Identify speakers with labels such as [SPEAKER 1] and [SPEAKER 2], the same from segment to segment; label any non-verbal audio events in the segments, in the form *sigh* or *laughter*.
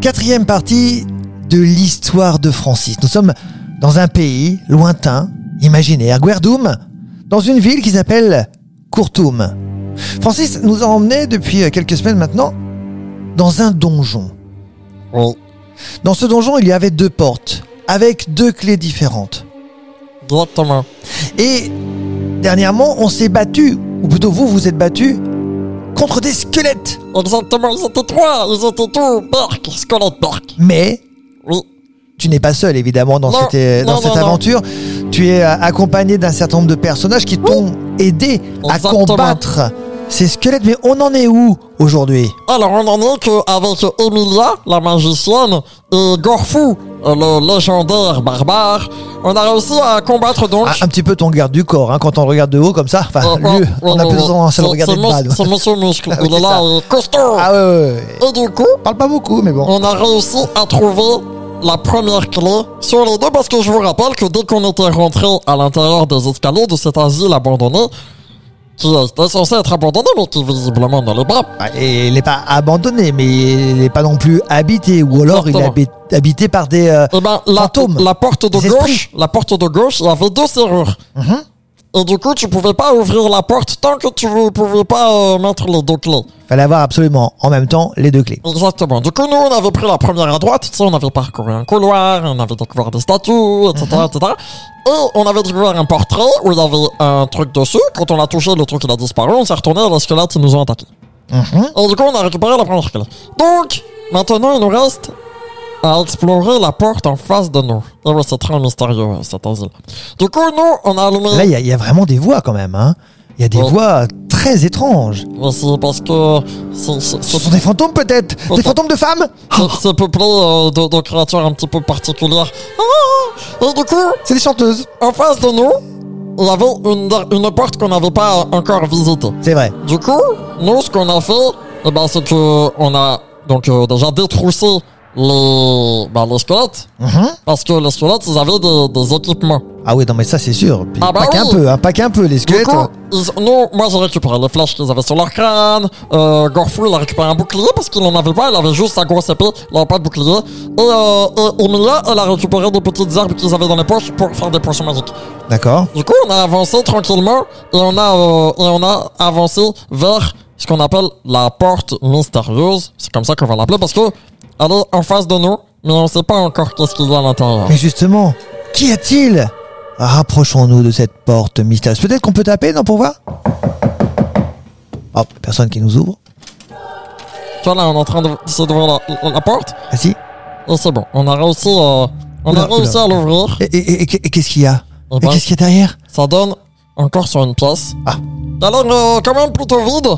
[SPEAKER 1] Quatrième partie de l'histoire de Francis. Nous sommes dans un pays lointain, imaginaire, Guerdoum, dans une ville qui s'appelle Courtoum. Francis nous a emmenés depuis quelques semaines maintenant dans un donjon. Dans ce donjon, il y avait deux portes, avec deux clés différentes. Et dernièrement, on s'est battu, ou plutôt vous vous êtes battu, contre des squelettes.
[SPEAKER 2] Exactement, ils étaient trois, ils étaient tous Burke, Squelette Burke.
[SPEAKER 1] Mais
[SPEAKER 2] Oui,
[SPEAKER 1] tu n'es pas seul, évidemment, dans
[SPEAKER 2] Non,
[SPEAKER 1] cette, euh, dans
[SPEAKER 2] non,
[SPEAKER 1] cette
[SPEAKER 2] non, non.
[SPEAKER 1] aventure. Tu es euh, accompagné d'un certain nombre de personnages qui t'ont aidé à
[SPEAKER 2] Exactement.
[SPEAKER 1] combattre ces squelettes. Mais on en est où aujourd'hui
[SPEAKER 2] alors on en est qu'avec Emilia, la magicienne, et Gorfou, euh, le légendaire barbare, on a réussi à combattre donc...
[SPEAKER 1] Ah, Un petit peu ton garde du corps, hein, quand on le regarde de haut comme ça. Enfin,
[SPEAKER 2] Euh,
[SPEAKER 1] lui,
[SPEAKER 2] euh,
[SPEAKER 1] on a
[SPEAKER 2] euh,
[SPEAKER 1] plus besoin
[SPEAKER 2] c'est-
[SPEAKER 1] de le regarder
[SPEAKER 2] c'est
[SPEAKER 1] de
[SPEAKER 2] Mons-
[SPEAKER 1] mal.
[SPEAKER 2] C'est Monsieur Muscle,
[SPEAKER 1] Ah oui,
[SPEAKER 2] il est
[SPEAKER 1] c'est
[SPEAKER 2] là,
[SPEAKER 1] ça.
[SPEAKER 2] il est costaud.
[SPEAKER 1] Ah ouais, ouais, ouais.
[SPEAKER 2] Et du coup,
[SPEAKER 1] Parle pas beaucoup, mais bon.
[SPEAKER 2] on a réussi à trouver la première clé sur les deux parce que je vous rappelle que dès qu'on était rentré à l'intérieur des escaliers de cet asile abandonné, qui était censé être abandonné mais qui visiblement ne l'est pas,
[SPEAKER 1] Ah, Et il n'est pas abandonné, mais il n'est pas non plus habité. Ou alors, il est
[SPEAKER 2] Exactement.
[SPEAKER 1] habi- habité par des. euh,
[SPEAKER 2] eh ben, la,
[SPEAKER 1] Fantôme.
[SPEAKER 2] la porte de
[SPEAKER 1] Des
[SPEAKER 2] gauche, la porte de gauche, il y avait deux serrures. Et du coup, tu pouvais pas ouvrir la porte tant que tu ne pouvais pas euh, mettre les deux clés.
[SPEAKER 1] fallait avoir absolument en même temps les deux
[SPEAKER 2] Oh.
[SPEAKER 1] clés.
[SPEAKER 2] Exactement. Du coup, nous, on avait pris la première à droite, tu sais, on avait parcouru un couloir, on avait découvert des statues, etc., etc. Et on avait découvert un portrait où il y avait un truc dessus. Quand on l'a touché, le truc, il a disparu. On s'est retourné et les squelettes, ils nous ont attaqués. Et du coup, on a récupéré la première clé. Donc, maintenant, il nous reste à explorer la porte en face de nous. Et oui, c'est très mystérieux, cette asile. Du coup, nous, on a allumé...
[SPEAKER 1] Là, il y, a- il y a vraiment des voix quand même. hein. Il y a des
[SPEAKER 2] Oh.
[SPEAKER 1] voix très étranges.
[SPEAKER 2] Mais c'est parce que... c'est-
[SPEAKER 1] Ce
[SPEAKER 2] c'est- c'est-
[SPEAKER 1] sont des fantômes peut-être Des
[SPEAKER 2] Pourtant-
[SPEAKER 1] fantômes de femmes
[SPEAKER 2] C'est- C'est peuplé euh, de, de créatures un petit peu particulières. Ah Et du coup,
[SPEAKER 1] C'est des chanteuses.
[SPEAKER 2] en face de nous, il y avait une, une porte qu'on n'avait pas encore visitée.
[SPEAKER 1] C'est vrai.
[SPEAKER 2] Du coup, nous, ce qu'on a fait, eh ben, c'est que on a donc euh, déjà détroussé les, ben, les squelettes.
[SPEAKER 1] Mhm.
[SPEAKER 2] Parce que les squelettes, ils avaient des, des équipements.
[SPEAKER 1] Ah oui, non mais ça c'est sûr. Puis
[SPEAKER 2] Ah bah
[SPEAKER 1] pas qu'un
[SPEAKER 2] oui.
[SPEAKER 1] peu, hein, pas qu'un peu les
[SPEAKER 2] Du
[SPEAKER 1] squelettes.
[SPEAKER 2] coup, ils- nous, moi, j'ai récupéré les flèches qu'ils avaient sur leur crâne. Euh, Gorfou, il a récupéré un bouclier parce qu'il en avait pas. Il avait juste sa grosse épée. Il n'avait pas de bouclier. Et, euh, et Emilia, elle a récupéré des petites herbes qu'ils avaient dans les poches pour faire des potions magiques.
[SPEAKER 1] hein. D'accord.
[SPEAKER 2] Du coup, on a avancé tranquillement et on a, euh, et on a avancé vers ce qu'on appelle la porte mystérieuse. C'est comme ça qu'on va l'appeler parce que elle est en face de nous, mais on sait pas encore qu'est-ce qu'il y a à l'intérieur.
[SPEAKER 1] Mais justement, qu'y a-t-il Rapprochons-nous de cette porte mystérieuse. Peut-être qu'on peut taper, non, pour voir Oh, personne qui nous ouvre.
[SPEAKER 2] Tu vois, là, on est en train de, d'essayer d'ouvrir la, la porte
[SPEAKER 1] Ah si.
[SPEAKER 2] et c'est bon. On a réussi, euh, on
[SPEAKER 1] Oula,
[SPEAKER 2] a réussi
[SPEAKER 1] oula.
[SPEAKER 2] à l'ouvrir.
[SPEAKER 1] Et, et- et- et qu'est-ce qu'il y a
[SPEAKER 2] Ah
[SPEAKER 1] Et
[SPEAKER 2] bah.
[SPEAKER 1] qu'est-ce qu'il y a derrière
[SPEAKER 2] Ça donne encore sur une pièce.
[SPEAKER 1] Ah.
[SPEAKER 2] Alors, euh, quand même plutôt vide.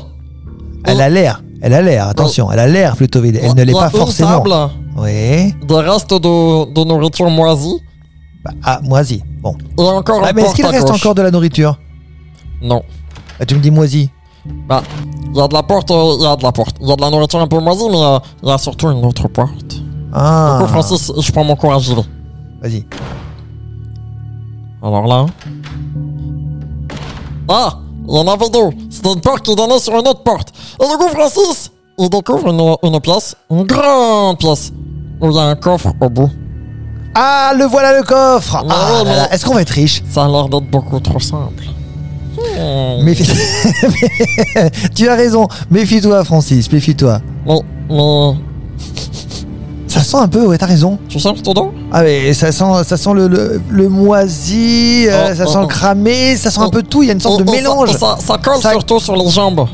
[SPEAKER 1] Elle a l'air. Elle a l'air, attention, elle a l'air plutôt vide. Elle ne l'est
[SPEAKER 2] Il y a
[SPEAKER 1] pas
[SPEAKER 2] une
[SPEAKER 1] forcément.
[SPEAKER 2] table,
[SPEAKER 1] Oui.
[SPEAKER 2] des restes de, de nourriture moisie
[SPEAKER 1] Bah, ah, moisi. Bon.
[SPEAKER 2] et encore
[SPEAKER 1] Ah,
[SPEAKER 2] une
[SPEAKER 1] mais est-ce
[SPEAKER 2] porte
[SPEAKER 1] qu'il
[SPEAKER 2] à
[SPEAKER 1] reste
[SPEAKER 2] gauche.
[SPEAKER 1] encore de la nourriture
[SPEAKER 2] Non.
[SPEAKER 1] Bah, Tu me dis moisi.
[SPEAKER 2] Bah, il y a de la porte, euh, il y a de la porte. Il y a de la nourriture un peu moisie, mais euh, il y a surtout une autre porte. Du
[SPEAKER 1] Ah.
[SPEAKER 2] coup, Francis, je prends mon courage, j'y vais.
[SPEAKER 1] Vas-y.
[SPEAKER 2] Alors là. Ah Il y en avait deux. C'était une porte qui donnait sur une autre porte. Et du coup, Francis, il découvre une, une pièce, une grande pièce, où il y a un coffre au bout.
[SPEAKER 1] Ah, le voilà le coffre
[SPEAKER 2] Non,
[SPEAKER 1] Ah
[SPEAKER 2] non.
[SPEAKER 1] là là, Est-ce qu'on va être riche
[SPEAKER 2] Ça a l'air d'être beaucoup trop simple. Hmm.
[SPEAKER 1] Méfie- *laughs* Mais- Tu as raison, méfie-toi Francis, méfie-toi.
[SPEAKER 2] Mais, mais,
[SPEAKER 1] Ça sent un peu, ouais, t'as raison.
[SPEAKER 2] tu sens le tendon
[SPEAKER 1] Ah mais ça sent, ça sent le, le, le moisi, euh,
[SPEAKER 2] Oh,
[SPEAKER 1] ça
[SPEAKER 2] oh,
[SPEAKER 1] sent le
[SPEAKER 2] oh.
[SPEAKER 1] cramé, ça sent un
[SPEAKER 2] Oh. oh.
[SPEAKER 1] peu de tout, il y a une sorte
[SPEAKER 2] Et-
[SPEAKER 1] de
[SPEAKER 2] et ça-
[SPEAKER 1] mélange.
[SPEAKER 2] et
[SPEAKER 1] Ça,
[SPEAKER 2] Ça, ça colle
[SPEAKER 1] Ça-
[SPEAKER 2] surtout sur les jambes.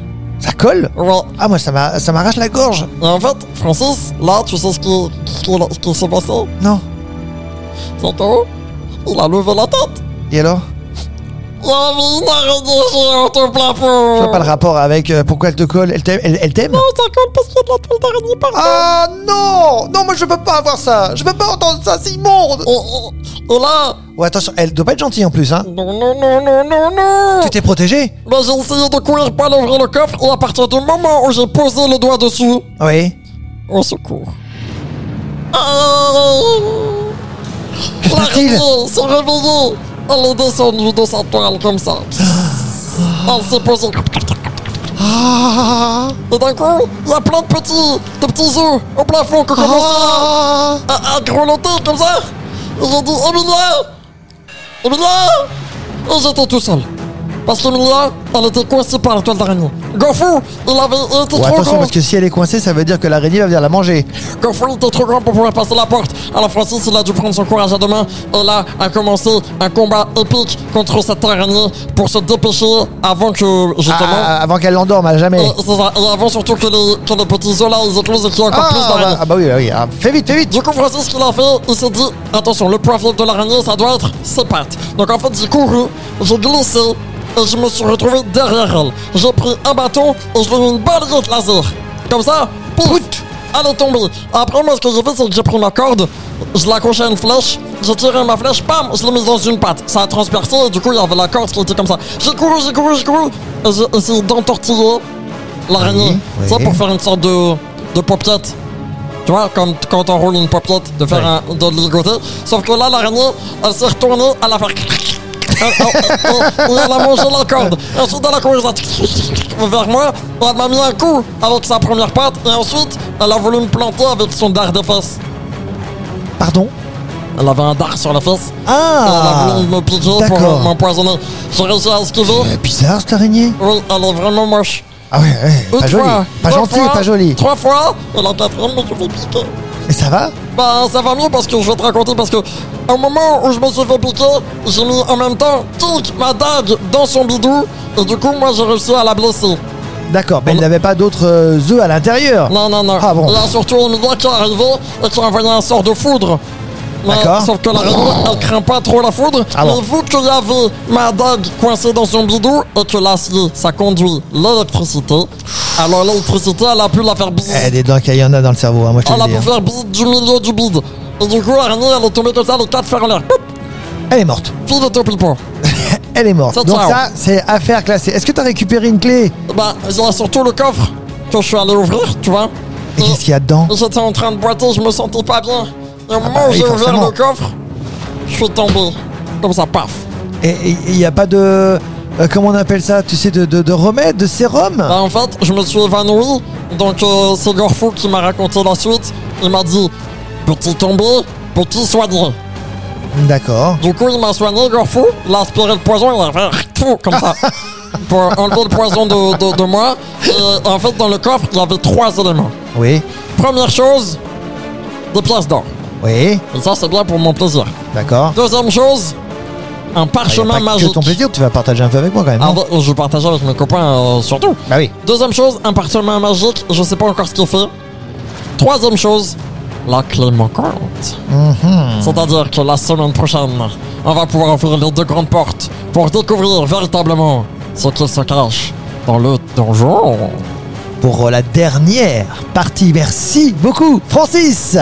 [SPEAKER 1] colle
[SPEAKER 2] Ouais.
[SPEAKER 1] Ah moi ça m'a- ça m'arrache la gorge.
[SPEAKER 2] Et en fait, Francis, là, tu sais ce qui, ce qui, ce qui s'est passé
[SPEAKER 1] Non.
[SPEAKER 2] C'est que, il a levé la tête.
[SPEAKER 1] Et alors
[SPEAKER 2] Il a mis une araignée géante au plafond.
[SPEAKER 1] Je vois pas le rapport avec euh, pourquoi elle te colle, elle t'aime elle, elle t'aime
[SPEAKER 2] Ça colle parce qu'il y a de la toile d'araignée partout.
[SPEAKER 1] Ah non Non moi je peux pas avoir ça, je peux pas entendre ça, c'est immonde
[SPEAKER 2] Et, et- et oh, là,
[SPEAKER 1] Ouais attention, elle doit pas être gentille en plus hein.
[SPEAKER 2] non, non, non, non, non, non.
[SPEAKER 1] Tu t'es protégé
[SPEAKER 2] Là, j'ai essayé de courir pas l'ouvrir le coffre et à partir du moment où j'ai posé le doigt dessus,
[SPEAKER 1] Oui.
[SPEAKER 2] au secours. Ah
[SPEAKER 1] Que se passe-t-il
[SPEAKER 2] L'araignée s'est réveillée. Elle est descendue de sa toile comme ça. Elle s'est posée.
[SPEAKER 1] Ah,
[SPEAKER 2] Et d'un coup, il y a plein de petits, de petits œufs au plafond qui ont commencé
[SPEAKER 1] ah,
[SPEAKER 2] à, à, à grelotter comme ça. Et j'ai dit Emilia Emilia Et j'étais tout seul. Parce qu'Emilia, elle était coincée par la toile d'araignée. Goffou, il avait il était
[SPEAKER 1] Ouais,
[SPEAKER 2] trop
[SPEAKER 1] attention,
[SPEAKER 2] grand.
[SPEAKER 1] parce que si elle est coincée, ça veut dire que l'araignée va venir la manger.
[SPEAKER 2] Goffou, il était trop grand pour pouvoir passer la porte. Alors Francis, il a dû prendre son courage à deux mains. Et là, a commencé un combat épique contre cette araignée pour se dépêcher avant que, justement...
[SPEAKER 1] Ah, avant qu'elle l'endorme, à jamais.
[SPEAKER 2] Et, c'est ça. Et avant surtout que les, que les petits œufs là ils éclosent et qu'il y ait encore
[SPEAKER 1] Ah,
[SPEAKER 2] plus
[SPEAKER 1] bah,
[SPEAKER 2] d'araignées.
[SPEAKER 1] ah, bah oui, bah oui. ah, fais vite, fais vite.
[SPEAKER 2] Du coup, Francis, ce qu'il a fait, il s'est dit Attention, le profil de l'araignée, ça doit être ses pattes. Donc en fait, j'ai couru, j'ai glissé et je me suis retrouvé derrière elle. J'ai pris un bâton et je lui ai mis une balle de laser. Comme ça, pouf Elle est tombée. Après, moi, ce que j'ai fait, c'est que j'ai pris ma corde, je l'ai accrochée à une flèche, j'ai tiré ma flèche, pam, je l'ai mise dans une patte. Ça a transpercé et du coup, il y avait la corde qui était comme ça. J'ai couru, j'ai couru, j'ai couru et j'ai essayé d'entortiller l'araignée.
[SPEAKER 1] Oui, oui.
[SPEAKER 2] Ça, pour faire une sorte de, de paupiette. Tu vois, comme t- quand on roule une paupiette, de faire
[SPEAKER 1] Ouais.
[SPEAKER 2] un, de le ligoter. Sauf que là, l'araignée, elle s'est retournée, elle a fait. Elle- elle- elle- et elle a mangé la corde. Et Ensuite, elle a couru ça- vers moi. et Elle m'a mis un coup avec sa première patte. Et ensuite, elle a voulu me planter avec son dard de fesse.
[SPEAKER 1] Pardon
[SPEAKER 2] Elle avait un dard sur la fesse. Et elle a
[SPEAKER 1] Ah
[SPEAKER 2] voulu me piquer pour
[SPEAKER 1] D'accord.
[SPEAKER 2] euh, m'empoisonner. J'ai réussi à esquiver.
[SPEAKER 1] Euh, Bizarre, cette araignée.
[SPEAKER 2] Oui, elle est vraiment moche.
[SPEAKER 1] Ah ouais, ouais,
[SPEAKER 2] Une
[SPEAKER 1] pas jolie.
[SPEAKER 2] fois,
[SPEAKER 1] Pas
[SPEAKER 2] deux
[SPEAKER 1] gentille,
[SPEAKER 2] fois,
[SPEAKER 1] pas jolie.
[SPEAKER 2] Trois fois. Et la quatrième, je me suis fait piquer.
[SPEAKER 1] Mais ça va
[SPEAKER 2] Bah ça va mieux parce que je vais te raconter parce que au moment où je me suis fait piquer, j'ai mis en même temps tic ma dague dans son bidou et du coup moi j'ai réussi à la blesser.
[SPEAKER 1] D'accord, mais elle n'avait pas d'autres euh, œufs à l'intérieur.
[SPEAKER 2] Oh. Non non non.
[SPEAKER 1] Ah bon.
[SPEAKER 2] Il y a surtout Emilia qui est arrivée et qui a envoyé un sort de foudre. Mais
[SPEAKER 1] D'accord.
[SPEAKER 2] sauf que la reine, elle craint pas trop la foudre.
[SPEAKER 1] Ah bon.
[SPEAKER 2] Mais vu qu'il y avait ma dague coincée dans son bidou et que l'acier, ça conduit l'électricité, alors l'électricité, elle a pu la faire bise.
[SPEAKER 1] Eh, des dents qu'il y en a dans le cerveau, hein, moi je te
[SPEAKER 2] Elle a
[SPEAKER 1] le dis.
[SPEAKER 2] pu
[SPEAKER 1] hein.
[SPEAKER 2] Oh, faire bise du milieu du bide. Et du coup, l'araignée, elle est tombée comme ça, les quatre fers en l'air. Poup
[SPEAKER 1] Elle est morte.
[SPEAKER 2] Fille de ton pipo.
[SPEAKER 1] Elle est morte.
[SPEAKER 2] Ça, hein.
[SPEAKER 1] Donc
[SPEAKER 2] ciao.
[SPEAKER 1] ça, c'est affaire classée. Est-ce que t'as récupéré une clé
[SPEAKER 2] Bah, il y a surtout le coffre que je suis allé ouvrir, tu vois.
[SPEAKER 1] Et qu'est-ce qu'il y a dedans
[SPEAKER 2] Et J'étais en train de boiter, je me sentais pas bien. Et au moment
[SPEAKER 1] bah
[SPEAKER 2] où
[SPEAKER 1] oui,
[SPEAKER 2] j'ai ouvert
[SPEAKER 1] forcément.
[SPEAKER 2] le coffre, je suis tombé. Comme ça, paf.
[SPEAKER 1] Et il n'y a pas de... euh, comment on appelle ça Tu sais, de, de, de remède, de sérum
[SPEAKER 2] Bah, en fait, je me suis évanoui. Donc, euh, c'est Gorfou qui m'a raconté la suite. Il m'a dit Petit tombé, petit soigné.
[SPEAKER 1] D'accord.
[SPEAKER 2] Du coup, il m'a soigné, Gorfou. Il a aspiré le poison, il a fait tout comme
[SPEAKER 1] *laughs*
[SPEAKER 2] ça. pour enlever le poison de, de, de moi. Et en fait, dans le coffre, il y avait trois éléments.
[SPEAKER 1] Oui,
[SPEAKER 2] Première chose, des pièces d'or.
[SPEAKER 1] oui,
[SPEAKER 2] Et ça, c'est bien pour mon plaisir.
[SPEAKER 1] d'accord.
[SPEAKER 2] Deuxième chose,
[SPEAKER 1] Ah,
[SPEAKER 2] un
[SPEAKER 1] y a
[SPEAKER 2] parchemin
[SPEAKER 1] pas
[SPEAKER 2] magique.
[SPEAKER 1] Que ton plaisir, tu vas partager un peu avec moi quand même.
[SPEAKER 2] Ah,
[SPEAKER 1] non
[SPEAKER 2] bah, je partageais avec mes copains euh, surtout.
[SPEAKER 1] bah oui.
[SPEAKER 2] Deuxième chose, un parchemin magique, je sais pas encore ce qu'il fait. Troisième chose, la clé manquante. C'est-à-dire que la semaine prochaine, on va pouvoir ouvrir les deux grandes portes pour découvrir véritablement ce qu'il se cache dans le donjon.
[SPEAKER 1] Pour euh, la dernière partie, merci beaucoup, Francis.